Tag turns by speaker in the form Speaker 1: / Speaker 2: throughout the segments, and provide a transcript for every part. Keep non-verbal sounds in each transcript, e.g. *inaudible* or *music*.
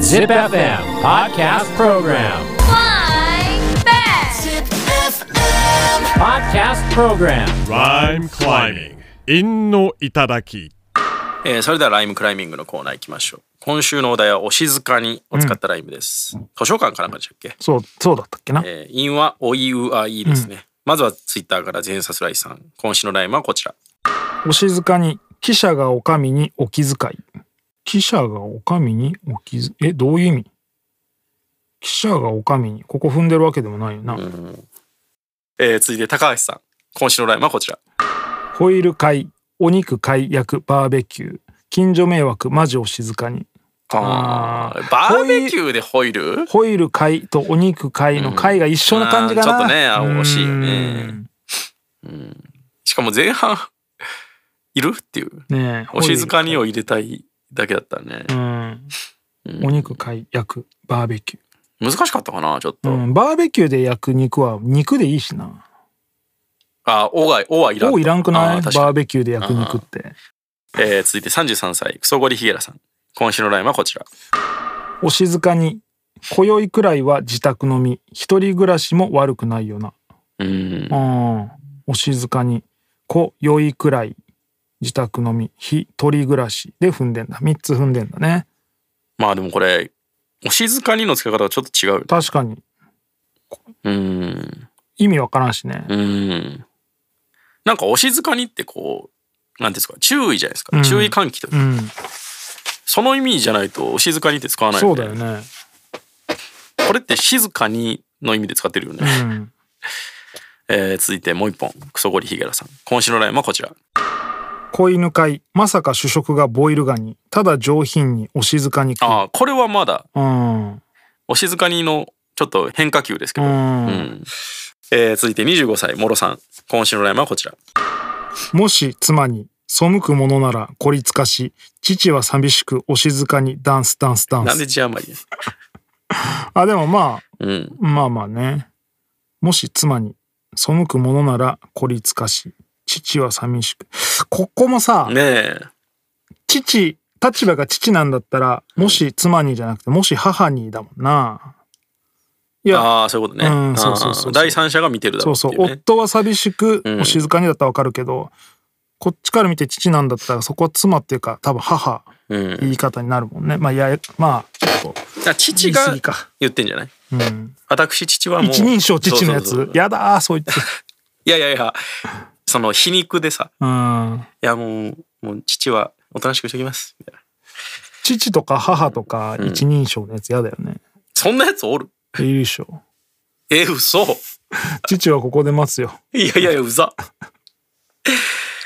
Speaker 1: Zip FM Podcast Program.
Speaker 2: Flying back.
Speaker 1: Podcast Program.
Speaker 3: Rhyme climbing. 陰の頂き。
Speaker 4: えーそれではライムクライミングのコーナー行きましょう。今週のお題はお静かにを使ったライムです。図書館かなんかでしたっけ、
Speaker 5: そう、そうだったっけな。
Speaker 4: えー、因はおいうあいですね。まずはツイッターから全サスライさん。今週のライムはこちら。
Speaker 5: お静かに、記者がお上にお気遣い。記者がお上にお気遣い。え、どういう意味記者がお上に、ここ踏んでるわけでもないよな。
Speaker 4: えー、続いて高橋さん。今週のライムはこちら。
Speaker 5: ホイール買い、お肉解約、バーベキュー。近所迷惑、マジお静かに。
Speaker 4: あ
Speaker 5: あー
Speaker 4: ーバーベキューでホイール
Speaker 5: ホイール買いとお肉買いの買いが一緒な感じがな。
Speaker 4: うんあーちょっとねあー惜しいよね
Speaker 5: うん。
Speaker 4: しかも前半 *laughs* いるっていう。
Speaker 5: ねえ
Speaker 4: お静かにを入れたいだけだったね。
Speaker 5: うん。
Speaker 4: うん *laughs*
Speaker 5: お肉買い、焼く、バーベキュー。
Speaker 4: 難しかったかなちょっと。
Speaker 5: うん、バーベキューで焼く肉は肉でいいしな。
Speaker 4: あ、おが、おはいらんと。
Speaker 5: おいらんくな
Speaker 4: あー
Speaker 5: いバ
Speaker 4: 確かに
Speaker 5: ーベキューで焼く肉って。
Speaker 4: えー続いて33歳クソゴリヒゲラさん今週のラインはこちら
Speaker 5: お静かに。今宵くらいは自宅のみ。一人暮らしも悪くないよな。
Speaker 4: うん
Speaker 5: うん。お静かに。今宵くらい。自宅のみ。一人暮らし。で踏んでんだ。三つ踏んでんだね。
Speaker 4: まあでもこれお静かにの使い方がちょっと違う
Speaker 5: 確かに。
Speaker 4: うん
Speaker 5: 意味わからんしね。
Speaker 4: うんなんかお静かにってこうなんていうんですか注意じゃないですか、
Speaker 5: うん
Speaker 4: 注意喚起という
Speaker 5: う
Speaker 4: か
Speaker 5: ん。
Speaker 4: その意味じゃないとお静かにって使わない
Speaker 5: そ
Speaker 4: の
Speaker 5: う
Speaker 4: で
Speaker 5: だよね。
Speaker 4: これって静かにの意味で使ってるよね、
Speaker 5: うん。
Speaker 4: えー続いてもう一本クソゴリヒゲラさん今週のラインはこちら
Speaker 5: 子犬飼い。まさか主食がボイルガニ。ただ上品にお静かに食う。
Speaker 4: ああこれはまだ
Speaker 5: うん。うん。
Speaker 4: お静かにのちょっと変化球ですけど、うんえー続いて25歳モロさん今週のラインはこちら
Speaker 5: もし妻に背くものなら孤立化し、父は寂しくお静かにダンスダンスダン
Speaker 4: なんで
Speaker 5: ス。
Speaker 4: 字余り
Speaker 5: あ、でもま
Speaker 4: うん。
Speaker 5: あ、まあまあね。もし妻に背くものなら孤立化し、父は寂しく。ここもさ、
Speaker 4: ねえ。
Speaker 5: 父、立場が父なんだったら、もし妻にじゃなくて、もし母にだもんな。いや、
Speaker 4: ああ、そういうことね。
Speaker 5: うんそうそうそうそう
Speaker 4: あー第三者が見てるだ
Speaker 5: そ
Speaker 4: ろう
Speaker 5: う
Speaker 4: って
Speaker 5: そう
Speaker 4: い。う、ね。
Speaker 5: 夫は寂しく
Speaker 4: う、ん
Speaker 5: お静かにだったらわかるけど、こっちから見て父なんだったら、そこは妻っていうか、多分母。
Speaker 4: うん。だか
Speaker 5: 言い方になるもんね。まあ、やや、まあ、ちょっと
Speaker 4: ら父
Speaker 5: 言い過
Speaker 4: が
Speaker 5: ぎか。
Speaker 4: 言ってんじゃない
Speaker 5: うん。
Speaker 4: 私、父はもう。
Speaker 5: 一人称父のや
Speaker 4: そうそう
Speaker 5: つ
Speaker 4: そ。う
Speaker 5: やだー、そう言って。
Speaker 4: *laughs* いやいやいや、その皮肉でさ、
Speaker 5: うん。
Speaker 4: いやもう、もう父はおとなしくしておきます。みたいな
Speaker 5: 父とか母とか一人称のやつやだよね。
Speaker 4: そんなやつおる
Speaker 5: いるでしょ。
Speaker 4: え、嘘。
Speaker 5: 父はここで待つよ。
Speaker 4: いやいやい
Speaker 5: *laughs*
Speaker 4: や、うざ。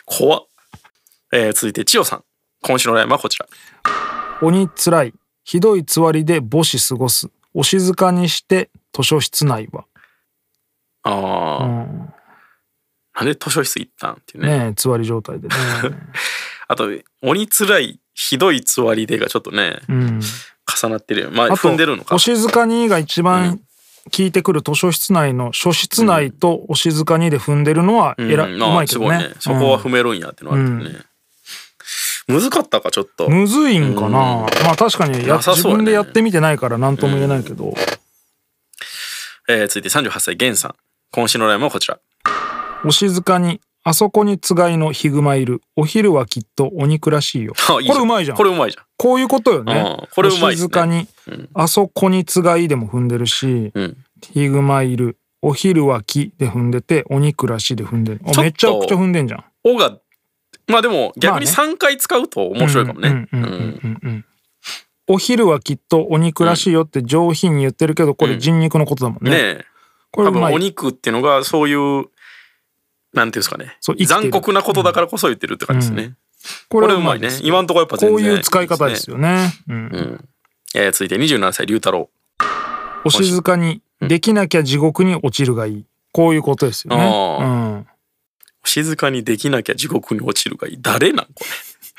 Speaker 4: 怖っ。えー続いて、千代さん。今週のラインはこちら。
Speaker 5: 鬼つらい。ひどいつわりで母子過ごす。お静かにして図書室内は。
Speaker 4: ああ、
Speaker 5: うん。
Speaker 4: なんで図書室行ったんっていうね。
Speaker 5: ねえ、つわり状態でね。
Speaker 4: あと、鬼つらい、ひどいつわりでがちょっとね、
Speaker 5: うん。
Speaker 4: 重なってるよ。まあ、
Speaker 5: あと
Speaker 4: 踏んでるのか
Speaker 5: お。静かにが一
Speaker 4: う
Speaker 5: 番効いてくる図書室内の書室内とお静かにで踏んでるのは
Speaker 4: ん
Speaker 5: えら、う
Speaker 4: あ
Speaker 5: まいけ
Speaker 4: す
Speaker 5: どね
Speaker 4: ごいね。そこは
Speaker 5: うん
Speaker 4: 踏めるんやってのはあるけどね。難かったか、ちょっと。
Speaker 5: むずいんかな、
Speaker 4: うん
Speaker 5: まあ確かにや、
Speaker 4: なさそうやね
Speaker 5: 自分でやってみてないから何とも言えないけど、
Speaker 4: えー、続いて38歳、ゲンさん。今週のラインはこちら。
Speaker 5: お静かに「あそこにつがいのヒグマいるお昼はきっとお肉らしいよ」
Speaker 4: あいいじゃん
Speaker 5: これうまいじゃん
Speaker 4: これうまいじゃん。
Speaker 5: こういうことよね
Speaker 4: うん、これうまい
Speaker 5: お
Speaker 4: っすね
Speaker 5: 静かに、
Speaker 4: ん
Speaker 5: あそこにつがい」でも踏んでるし
Speaker 4: うん。
Speaker 5: 「ヒグマいる」「お昼はき」で踏んでて「お肉らしい」で踏んでる
Speaker 4: ちょっ
Speaker 5: あ
Speaker 4: と
Speaker 5: めちゃくちゃ踏んでんじゃん
Speaker 4: おが、まあでも、
Speaker 5: ま
Speaker 4: 逆
Speaker 5: あね
Speaker 4: に3回使うと面白いかもね。
Speaker 5: う
Speaker 4: うん
Speaker 5: うんうん
Speaker 4: ん
Speaker 5: うんうんうんお昼はきっとお肉らしいよって上品に言ってるけどこれ人肉のことだもんね,、
Speaker 4: ねえ。
Speaker 5: これ
Speaker 4: 多
Speaker 5: う
Speaker 4: 分、
Speaker 5: まい
Speaker 4: お肉っていうのが、そういう、なんていうんですかね
Speaker 5: そう生。きてる
Speaker 4: 残酷なことだからこそ言ってるって感じですね。
Speaker 5: こ
Speaker 4: これうまいね
Speaker 5: です。
Speaker 4: 今のところやっぱ全然
Speaker 5: こういう使い方ですよね。うん
Speaker 4: うん。えー続いて27歳、龍太郎。
Speaker 5: お静かに、できなきゃ地獄に落ちるがいい。こういうことですよね。
Speaker 4: あ
Speaker 5: うん。
Speaker 4: 静かにできなきゃ地獄に落ちるがいい。誰なんこ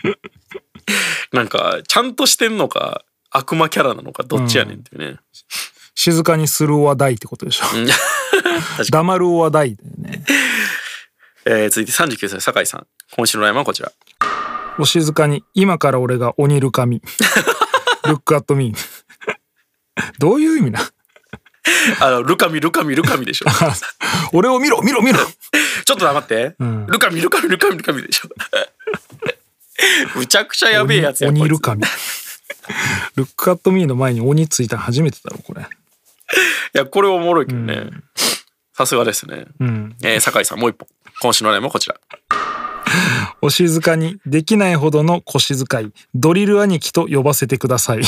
Speaker 4: れ。 *laughs* なんか、ちゃんとしてんのか、悪魔キャラなのか、どっちやねんっていうね。
Speaker 5: 静かにするおは大ってことでしょ。
Speaker 4: うん *laughs*
Speaker 5: 黙るおは大だよね。
Speaker 4: えー続いて39歳、酒井さん。今週のラインはこちら。
Speaker 5: お静かに、今から俺が鬼ルカミ。
Speaker 4: *laughs*
Speaker 5: ルックアットミー。どういう意味な
Speaker 4: あの、ルカミ、ルカミ、ルカミ
Speaker 5: *laughs*
Speaker 4: でしょ。
Speaker 5: 俺を見ろ、見ろ、見ろ。
Speaker 4: ちょっと黙って。
Speaker 5: ん
Speaker 4: ルカミ、ルカミ、ルカミ、ルカミでしょ。 *laughs* むちゃくちゃやべえやつや
Speaker 5: 鬼
Speaker 4: こい
Speaker 5: 鬼
Speaker 4: つ
Speaker 5: ル
Speaker 4: *laughs*
Speaker 5: カミ。ルックアットミーの前に鬼ついたの初めてだろ、これ。
Speaker 4: いや、これおもろいけどね。さすがですね。
Speaker 5: うん。
Speaker 4: えー、酒井さん、もう一本。今週のラインもこちら。
Speaker 5: お静かに、できないほどの腰遣い、ドリル兄貴と呼ばせてください。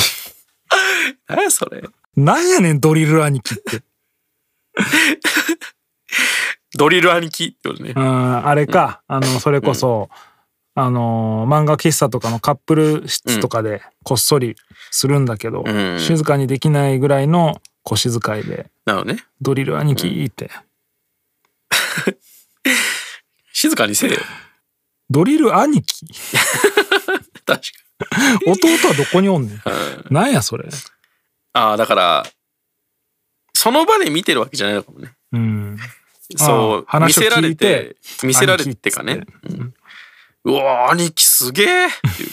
Speaker 4: 何やそれ。
Speaker 5: *laughs* なんやねん、ドリル兄貴って。
Speaker 4: ドリル兄貴ってことね
Speaker 5: う。ん、あれか、あの、それこそ、あの、漫画喫茶とかのカップル室とかでこっそりするんだけど、
Speaker 4: ん
Speaker 5: 静かにできないぐらいの腰遣いで、
Speaker 4: なのね。
Speaker 5: ドリル兄貴って。
Speaker 4: 静かにせえ
Speaker 5: *laughs*
Speaker 4: よ。
Speaker 5: ドリル兄貴
Speaker 4: 確
Speaker 5: *laughs*
Speaker 4: か
Speaker 5: 弟はどこにおんね *laughs* ん。なんや、それ。
Speaker 4: ああ、だから、その場で見てるわけじゃないのかもね。
Speaker 5: うん。
Speaker 4: そう、
Speaker 5: あー
Speaker 4: 見せられて、見せられ
Speaker 5: 兄貴
Speaker 4: てかね
Speaker 5: っ。
Speaker 4: うんうわー、兄貴すげえってい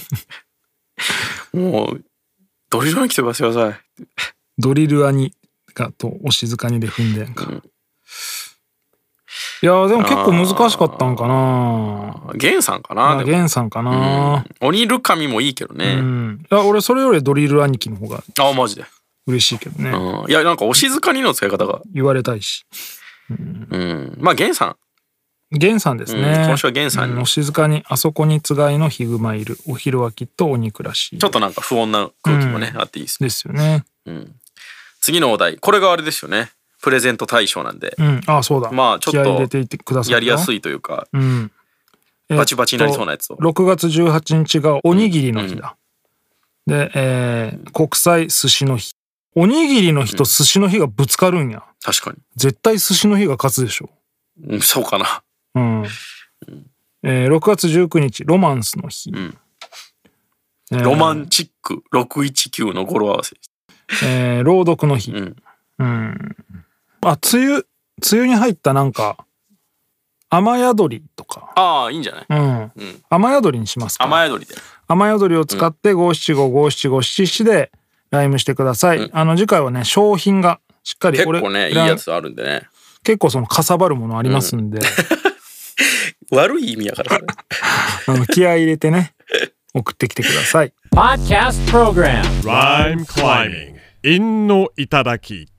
Speaker 4: う。もう、ドリル兄貴と呼ばせてください。
Speaker 5: ドリル兄がとお静かにで踏んでんか。
Speaker 4: うん
Speaker 5: いやーでも結構難しかったんかな。
Speaker 4: ゲンさんか
Speaker 5: ま
Speaker 4: なで
Speaker 5: あ、
Speaker 4: も
Speaker 5: ゲンさんかな。
Speaker 4: うん鬼ルカミもいいけど
Speaker 5: う
Speaker 4: ね。
Speaker 5: ん。いや俺それよりドリル兄貴の方が
Speaker 4: ああ、マジで。
Speaker 5: 嬉しいけどね。
Speaker 4: うん、いや、なんか、お静かにの使い方が。
Speaker 5: 言われたいし。
Speaker 4: うん。まあ、ゲンさん。
Speaker 5: ゲンさんですね。
Speaker 4: うん今週はゲンさんに
Speaker 5: うお静かに、あそこにつがいのヒグマいる。お昼はきっとお肉らしい。
Speaker 4: ちょっとなんか不穏な空気もね、あっていいですね。
Speaker 5: ですよね。
Speaker 4: うん。次のお題。これがあれですよね。プレゼント対象なんで
Speaker 5: う。ん。あそうだ。
Speaker 4: まあちょっと
Speaker 5: 気合い入れていってくださいよ。
Speaker 4: やりやす
Speaker 5: い。
Speaker 4: いというか、
Speaker 5: うん。
Speaker 4: バチバチになりそうなやつを。
Speaker 5: 6月18日がおにぎりの日だ。で、えー国際寿司の日。おにぎりの日と寿司の日がぶつかるんや。
Speaker 4: 確か
Speaker 5: 絶対寿司の日が勝つでしょ。
Speaker 4: に。うん、そうかな。
Speaker 5: うん。えー6月19日、ロマンスの日。
Speaker 4: ん
Speaker 5: えー
Speaker 4: ロマンチック619の語呂合わせ。
Speaker 5: えー朗読の日。
Speaker 4: うん。
Speaker 5: うん。あ、梅雨、梅雨に入ったなんか、雨宿りとか。
Speaker 4: ああ、いいんじゃない
Speaker 5: うん。
Speaker 4: うん。
Speaker 5: 雨宿りにしますか。
Speaker 4: 雨宿りで。
Speaker 5: 雨宿りを使って五七五五七五七七でライムしてください、あの次回はね商品がしっかり
Speaker 4: 結構ね、いい
Speaker 5: 俺
Speaker 4: やつあるんでね。
Speaker 5: 結構そのかさばるものありますんで、
Speaker 4: 悪い意味やから、ね、
Speaker 5: あの気合い入れ
Speaker 4: *laughs*
Speaker 5: てね送ってきてください
Speaker 1: Podcast Program
Speaker 3: Rhyme climbing. 韻の頂き。